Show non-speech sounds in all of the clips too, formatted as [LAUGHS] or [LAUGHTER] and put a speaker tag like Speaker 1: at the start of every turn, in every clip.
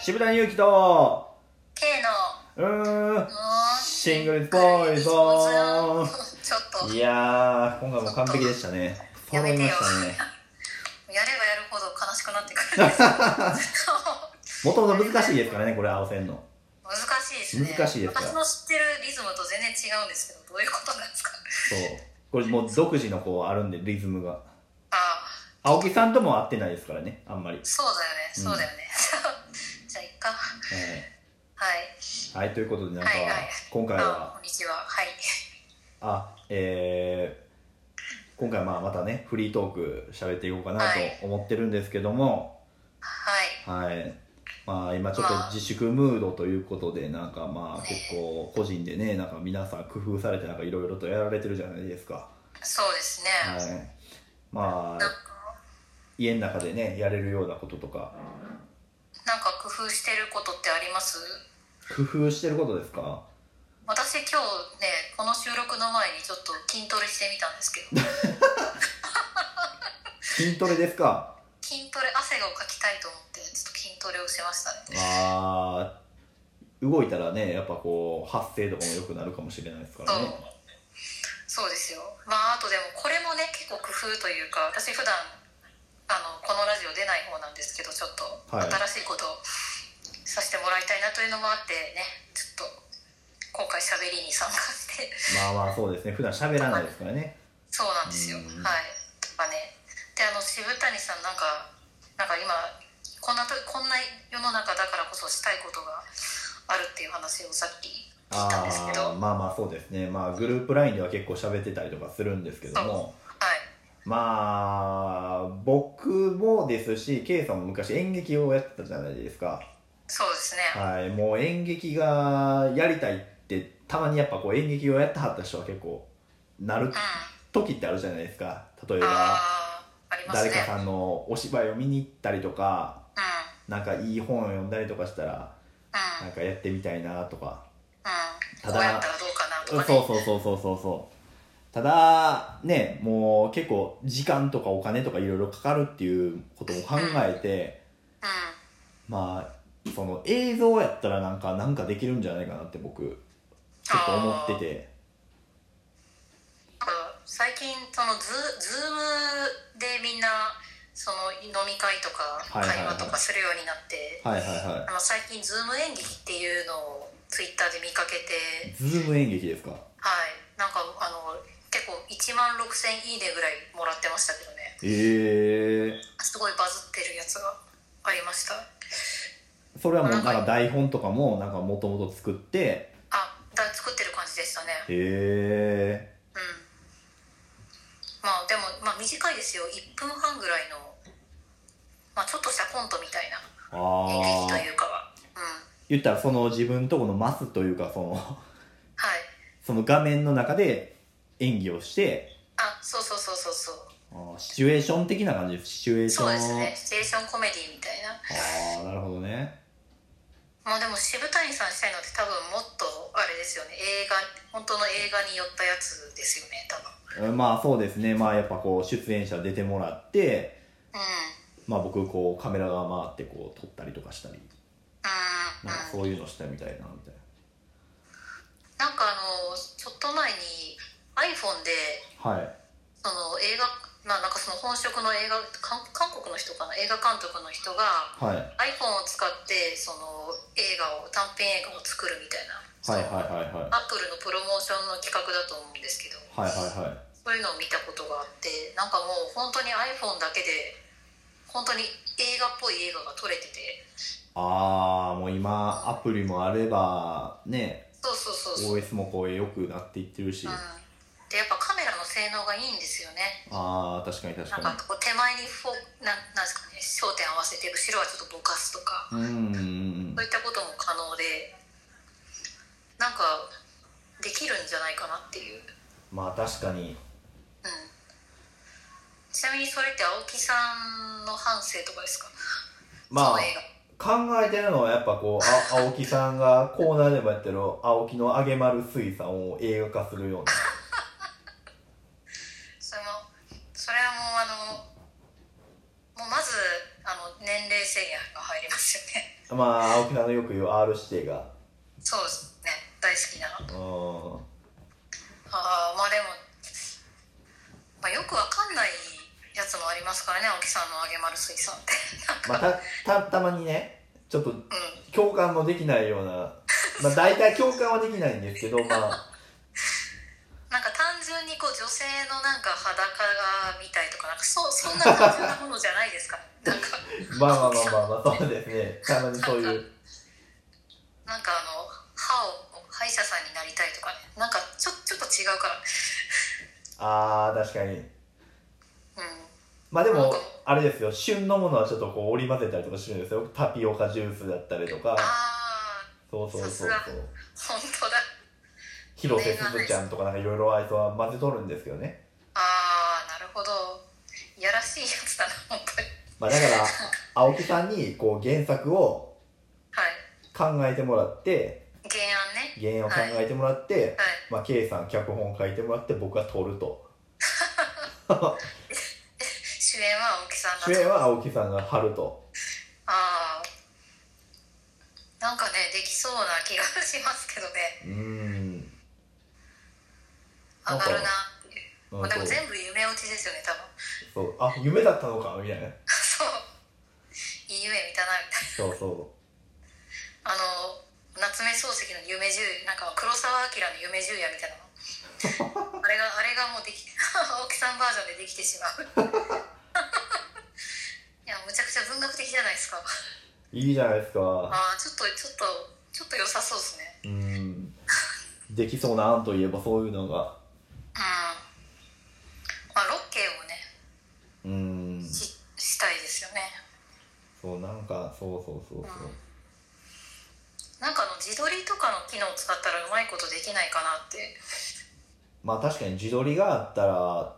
Speaker 1: 渋谷祐樹と
Speaker 2: K の
Speaker 1: うーんシングルボ
Speaker 2: [LAUGHS]
Speaker 1: ーイズ
Speaker 2: ボーイズちょっと
Speaker 1: いやー今回も完璧でしたね
Speaker 2: や
Speaker 1: 揃
Speaker 2: め
Speaker 1: い
Speaker 2: て
Speaker 1: ま
Speaker 2: よ
Speaker 1: したね
Speaker 2: やればやるほど悲しくなってくるん [LAUGHS] です
Speaker 1: も
Speaker 2: よ
Speaker 1: ともと難しいですからねこれ合わせるの
Speaker 2: 難しいですね
Speaker 1: 難しいですよ
Speaker 2: 私の知ってるリズムと全然違うんですけどどういうことなんですか
Speaker 1: そうこれもう独自のこうあるんでリズムが
Speaker 2: ああ
Speaker 1: 青木さんとも合ってないですからねあんまり、
Speaker 2: そうだよね
Speaker 1: うん
Speaker 2: そうだよね、 [LAUGHS] じゃあいっかは
Speaker 1: え
Speaker 2: い
Speaker 1: ーはいということでなんか、
Speaker 2: はいはい
Speaker 1: 今回
Speaker 2: あ
Speaker 1: は
Speaker 2: こんにちははい
Speaker 1: あえー今回まあまたねフリートーク喋っていこうかなと
Speaker 2: はい
Speaker 1: 思ってるんですけども、
Speaker 2: はい
Speaker 1: はい。まあ今ちょっと
Speaker 2: まあ
Speaker 1: 自粛ムードということで、なんかまあ結構個人でね、なんか皆さん工夫されてなんかいろいろとやられてるじゃないですか。
Speaker 2: そうですね、
Speaker 1: はい。ま
Speaker 2: なん
Speaker 1: あ
Speaker 2: か
Speaker 1: 家の中でね、やれるようなこととか、
Speaker 2: なんか工夫してることってあります
Speaker 1: 工夫してることですか
Speaker 2: 私今日ねこの収録の前にちょっと筋トレしてみたんですけど
Speaker 1: 筋トレですか
Speaker 2: 筋トレ汗をかきたいと思ってちょっと筋トレをしましたね
Speaker 1: あー動いたらね、やっぱこう発声とかも良くなるかもしれないですからね。
Speaker 2: そうですよまああとでもこれもね結構工夫というか私普段あのこのラジオ出ない方なんですけどちょっと
Speaker 1: はい
Speaker 2: 新しいことをさせてもらいたいなというのもあってねちょっと今回しゃべりに参加して
Speaker 1: まあまあそうですね、普段喋らないですからね。
Speaker 2: そうなんですよ。
Speaker 1: うん
Speaker 2: はい。とかね。で、あの渋谷さんなんか、なんか今。こんなと、こんな世の中だからこそしたいことが。あるっていう話をさっき。聞いたんですけ
Speaker 1: あ
Speaker 2: ど。
Speaker 1: ー
Speaker 2: はい。
Speaker 1: まあまあそうですね、まあグループ LINE では結構喋ってたりとかするんですけども。まあ僕もですし K さんも昔演劇をやってたじゃないですか、
Speaker 2: そうですね。
Speaker 1: はい、もう演劇がやりたいってたまにやっぱこう演劇をやってはった人は結構なる
Speaker 2: うん。
Speaker 1: 時ってあるじゃないですか例えば
Speaker 2: ああー。あります
Speaker 1: 誰
Speaker 2: ね。
Speaker 1: かさんのお芝居を見に行ったりとか
Speaker 2: うん。
Speaker 1: なんかいい本を読んだりとかしたら
Speaker 2: うん。
Speaker 1: なんかやってみたいなとか
Speaker 2: うん。
Speaker 1: ただ
Speaker 2: こうやったらどうかなと
Speaker 1: そう
Speaker 2: か
Speaker 1: そう
Speaker 2: ね。
Speaker 1: そうそうそうそうただねもう結構時間とかお金とかいろいろかかるっていうことも考えて、
Speaker 2: うん。
Speaker 1: まあその映像やったらなんかなんかできるんじゃないかなって僕ちょっと思ってて
Speaker 2: なんか最近、そのズ、ズームでみんな。その飲み会とか
Speaker 1: はいはい
Speaker 2: 会
Speaker 1: はい
Speaker 2: 話とかするようになって、
Speaker 1: はいはいは
Speaker 2: あの最近ズーム演劇っていうのをツイッターで見かけ
Speaker 1: い
Speaker 2: て
Speaker 1: ズーム演劇ですか
Speaker 2: はいなんかあの結構1万6000いいねぐらいもらってましたけどね
Speaker 1: ええ
Speaker 2: すごいバズってるやつがありました
Speaker 1: それはもうなんか台本とかもなんかもともと作って
Speaker 2: あだ作ってる感じでしたね
Speaker 1: ええ
Speaker 2: うんまあでも、まあ、短いですよ1分半ぐらいの、まあ、ちょっとしたコントみたいな演
Speaker 1: あ
Speaker 2: 劇と
Speaker 1: あ
Speaker 2: いうかはうん
Speaker 1: 言ったらその自分とこのマスというかその [LAUGHS]
Speaker 2: はい
Speaker 1: その画面の中で演技をして
Speaker 2: あそうそうそうそうそう
Speaker 1: あーシチュエーション的な感じですシチュエーション
Speaker 2: そうですねシチュエーションコメディみたいな
Speaker 1: ああなるほどね
Speaker 2: まあでも渋谷さんしたいのって多分もっとあれですよね映画本当の映画に寄ったやつですよね多分
Speaker 1: うんまあそうですねまあやっぱこう出演者出てもらって
Speaker 2: うん
Speaker 1: まあ、僕こうカメラが回ってこう撮ったりとかしたり
Speaker 2: うん
Speaker 1: なんか
Speaker 2: う
Speaker 1: そ
Speaker 2: ん
Speaker 1: ういうのしたみたいなみたい
Speaker 2: なんかあのちょっと前に iPhone で
Speaker 1: なはい
Speaker 2: その映画まあなんかその本職の映画韓韓国の人かな映画監督の人が
Speaker 1: はい
Speaker 2: iPhone を使ってその映画を短編映画を作るみたいな
Speaker 1: はいはいはいはい
Speaker 2: アップルのプロモーションの企画だと思うんですけど
Speaker 1: はいはいはい
Speaker 2: そういうのを見たことがあってなんかもう本当に iPhone だけで本当に映画っぽい映画が撮れてて
Speaker 1: ああもう今アプリもあればね
Speaker 2: そうそうそうそう、うん、
Speaker 1: OS もこう良くなっていってるしあ
Speaker 2: でやっぱカメラの性能がいいんですよね
Speaker 1: あー確かに確
Speaker 2: なん
Speaker 1: か
Speaker 2: かこう手前にフォなんなんですかね焦点合わせて後ろはちょっとぼかすとか
Speaker 1: にうんうんうん
Speaker 2: そういったことも可能でなんかできるんじゃないかなっていう、うん、
Speaker 1: まあ確かに
Speaker 2: ちなみにそれって青木さんの反省とかですか
Speaker 1: まあ
Speaker 2: その映画
Speaker 1: 考えてるのはやっぱこうあ青木さんがコーナーでもやってる青木の揚げ丸水産を映画化するような
Speaker 2: そのそれはもうあのもうまずあの年齢制限が入りますよね [LAUGHS]
Speaker 1: まあ青木さんのよく言う R 指定が
Speaker 2: そうですね大好きな
Speaker 1: うん
Speaker 2: ああまあでも、まあ、よくわかんないやつもありますからね青木さんの揚げ丸水産って [LAUGHS]
Speaker 1: まあたたたまにねちょっと
Speaker 2: うん
Speaker 1: 共感のできないようなまあ大体共感はできないんですけどまあ
Speaker 2: なんか単純にこう女性のなんか裸が見たいとかなんかそうそんな単純なものじゃな
Speaker 1: [LAUGHS]
Speaker 2: いですかなんか
Speaker 1: まあまあまあまあまあそうですねたまにそういう
Speaker 2: なんかあの歯を歯医者さんになりたいとかねなんかちょちょっと違うから
Speaker 1: ああ確かに
Speaker 2: うん
Speaker 1: まあでもあれですよ旬のものはちょっとこう織り交ぜたりとかしてるんですよタピオカジュースだったりとか
Speaker 2: ああ
Speaker 1: そうそうそうそう
Speaker 2: さす本当だ
Speaker 1: 広瀬すずちゃんとかなんかいろいろあいつは混ぜとるんですけどね
Speaker 2: ああなるほどいやらしいやつだな本当に
Speaker 1: まあだから青木さんにこう原作を
Speaker 2: はい
Speaker 1: 考えてもらって
Speaker 2: 原案ね
Speaker 1: 原案を考えてもらって、
Speaker 2: はい
Speaker 1: まあ、K さん脚本書いてもらって僕は撮ると
Speaker 2: 主演は青木さんだ
Speaker 1: 主
Speaker 2: と
Speaker 1: 演は青木さんが貼ると
Speaker 2: ああなんかねできそうな気がしますけどね
Speaker 1: うーん
Speaker 2: 上がるなってい
Speaker 1: う
Speaker 2: う
Speaker 1: ん
Speaker 2: まあで
Speaker 1: そう
Speaker 2: も全部夢落ちですよね多分
Speaker 1: そうあ夢だったのかみたいな
Speaker 2: そういい夢見たなみたい
Speaker 1: そうそ
Speaker 2: なあの夏目漱石の夢十なんか黒澤明の夢十夜みたいなのあれがあれがもうでき [LAUGHS] 青木さんバージョンでできてしまう [LAUGHS] いやむちゃくちゃ文学的じゃないですか
Speaker 1: ういいじゃないですか
Speaker 2: ああちょっとちょっとちょっと良さそうですね
Speaker 1: うーんできそうな案といえばそういうのが
Speaker 2: うんまあロッケをね
Speaker 1: うーん
Speaker 2: ししたいですよね
Speaker 1: そうなんかそうそうそうそう
Speaker 2: なんかあの自撮りとかの機能を使ったらうまいことできないかなって
Speaker 1: まあ確かに自撮りがあったら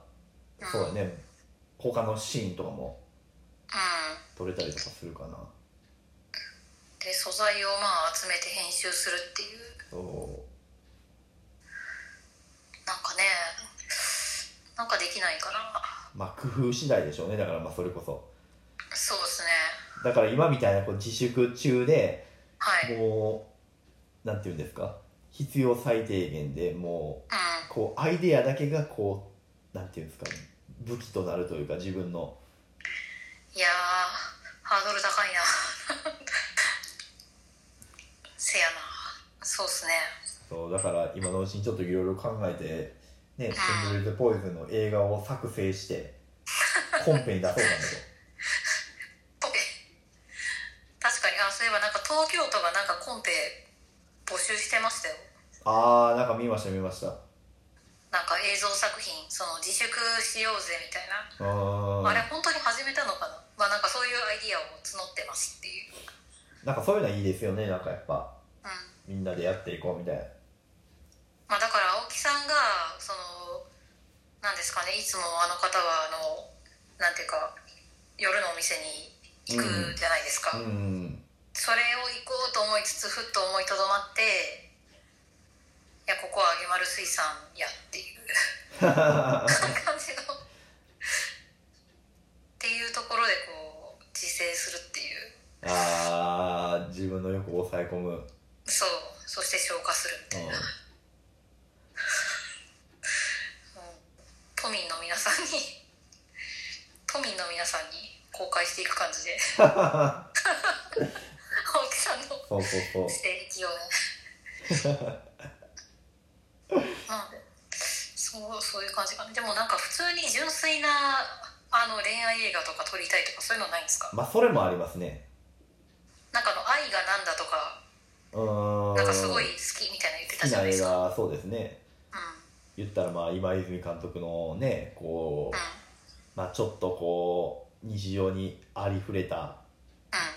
Speaker 2: うん
Speaker 1: そうだね他のシーンとかも
Speaker 2: うん
Speaker 1: 撮れたりとかするかな
Speaker 2: で素材をまあ集めて編集するっていう
Speaker 1: そう
Speaker 2: なんかねなんかできないから
Speaker 1: まあ工夫次第でしょうねだからまあそれこそ
Speaker 2: そうですね
Speaker 1: だから今みたいなこう自粛中で
Speaker 2: はいうん
Speaker 1: もうなんていうんですか必要最低限でもうこうアイデアだけがこうなんていうんですかね武器となるというか自分の
Speaker 2: いやーハードル高いな [LAUGHS] せやなそうっすね
Speaker 1: そうだから今のうちにちょっといろいろ考えてね「シングル・ズ・ポイズン」の映画を作成してコンペに出そうかな
Speaker 2: コンペ確かにあそういえばなんか東京都がなんかコンペ募集してましたよ
Speaker 1: とあーなんか見ました見ましたう
Speaker 2: なんか映像作品その自粛しようぜみたいな
Speaker 1: ーん
Speaker 2: あれ本当に始めたのかなまあなんかそういうアイディアを募ってますっていう、
Speaker 1: なんかそういうのはいいですよねなんかやっぱ
Speaker 2: うん
Speaker 1: みんなでやっていこうみたいな
Speaker 2: まあ、だから青木さんがそのなんですかねいつもあの方はあのなんていうか夜のお店に行くじゃないですか、
Speaker 1: うん [LAUGHS]
Speaker 2: それを行こうと思いつつふっと思いとどまっていやここは揚げ丸水産やっていう感じのっていうところでこう自制するっていう
Speaker 1: あー自分の欲を抑え込む、うん、
Speaker 2: そうそして消化するみたいな、うん都民の皆さんに [LAUGHS] 都民の皆さんに公開していく感じ
Speaker 1: [LAUGHS]
Speaker 2: で青木さんの
Speaker 1: そうそうそう
Speaker 2: 性
Speaker 1: [LAUGHS]
Speaker 2: 癖をねまあそうそういう感じかなでもなんか普通に純粋なあの恋愛映画とか撮りたいとかそういうのないんですか
Speaker 1: まあそれもありますね
Speaker 2: なんかあの愛がなんだとか
Speaker 1: うーん
Speaker 2: なんかすごい好きみたいなの言って
Speaker 1: 好
Speaker 2: た
Speaker 1: き
Speaker 2: じゃ
Speaker 1: な
Speaker 2: ないで
Speaker 1: 映
Speaker 2: すか
Speaker 1: 画そうですね
Speaker 2: うん
Speaker 1: 言ったらまあ今泉監督のねこ
Speaker 2: うん
Speaker 1: う、まあ、ちょっとこう日常にありふれた
Speaker 2: う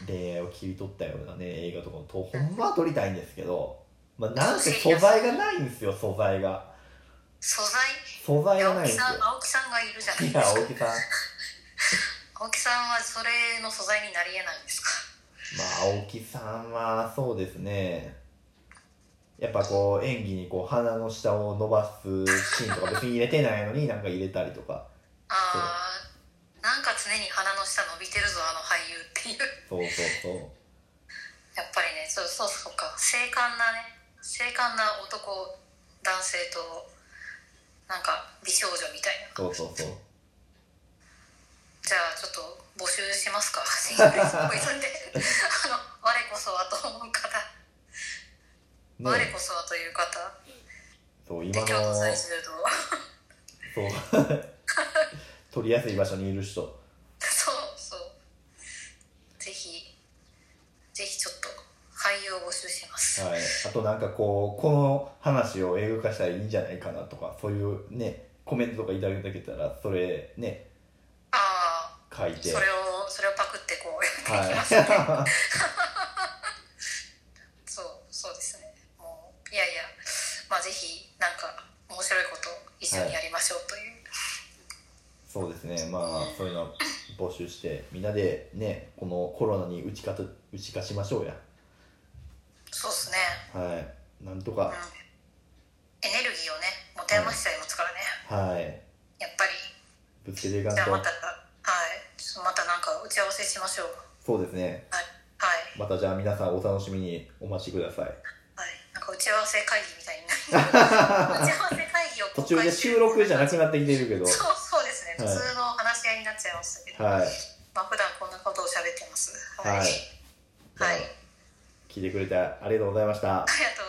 Speaker 1: 恋愛を切り取ったようなね映画とかもとほんまは撮りたいんですけど、まあ、なんせ素材がないんですよ素材が
Speaker 2: ん素材
Speaker 1: 素材が
Speaker 2: 青
Speaker 1: ないん
Speaker 2: 木
Speaker 1: ですよ
Speaker 2: さん青木さんがいるじゃない
Speaker 1: い
Speaker 2: で
Speaker 1: や
Speaker 2: す
Speaker 1: 青
Speaker 2: か
Speaker 1: 木さん
Speaker 2: 青木さんはそれの素材になりえないんですか
Speaker 1: まあ青木さんはそうですねやっぱこう演技にこう鼻の下を伸ばすシーンとか別に入れてないのになんか入れたりとか
Speaker 2: ああなんか常に鼻の下伸びてるぞあの俳優っていう
Speaker 1: そうそうそう
Speaker 2: [LAUGHS] やっぱりねそうそうそうか精悍なね精悍な男男性となんか美少女みたいな
Speaker 1: そうそうそう
Speaker 2: じゃあちょっと募集します [LAUGHS] か新入生いるんであの我こそはと思う方、我
Speaker 1: ね
Speaker 2: こそはという方
Speaker 1: そう
Speaker 2: で
Speaker 1: 今の
Speaker 2: 京都在住の
Speaker 1: そう [LAUGHS] 取りやすい場所にいる人
Speaker 2: そうそうぜひぜひちょっと俳優を募集します、
Speaker 1: はい、あとなんかこうこの話を映画化したらいいんじゃないかなとかそういうねコメントとかいただけたらそれね
Speaker 2: ああ
Speaker 1: 書いて
Speaker 2: それをそれをパクってこうやっていきますね、
Speaker 1: は
Speaker 2: そうそうですねもういやいやまあぜひなんか面白いこと一緒にやりましょうという、
Speaker 1: い [LAUGHS] そうですねまあそういうの募集してみんなでねこのコロナに打ち勝つ打ち勝ちましょうや
Speaker 2: そうですね、
Speaker 1: はいなんと
Speaker 2: うん
Speaker 1: か、
Speaker 2: エネルギーをね持て余しちゃいますからね、
Speaker 1: はい
Speaker 2: やっぱり
Speaker 1: ぶつけていかん
Speaker 2: じゃあ
Speaker 1: と
Speaker 2: またはいちょっとまたなんか打ち合わせしましょう
Speaker 1: そうですね
Speaker 2: はいはい
Speaker 1: またじゃあ皆さんお楽しみにお待ちください
Speaker 2: はいなんか打ち合わせ会議みたいに
Speaker 1: [LAUGHS]
Speaker 2: なる打ち合わせ会議を
Speaker 1: 途中で収録じゃなく
Speaker 2: て
Speaker 1: なってきてるけど
Speaker 2: そうそうですね、
Speaker 1: はい
Speaker 2: 普通の話し合いになっちゃいましたけど、
Speaker 1: はい
Speaker 2: まあ普段こんなことを喋ってます
Speaker 1: はい
Speaker 2: はい、
Speaker 1: じゃあ聞いてくれてありがとうございました
Speaker 2: ありがとうございます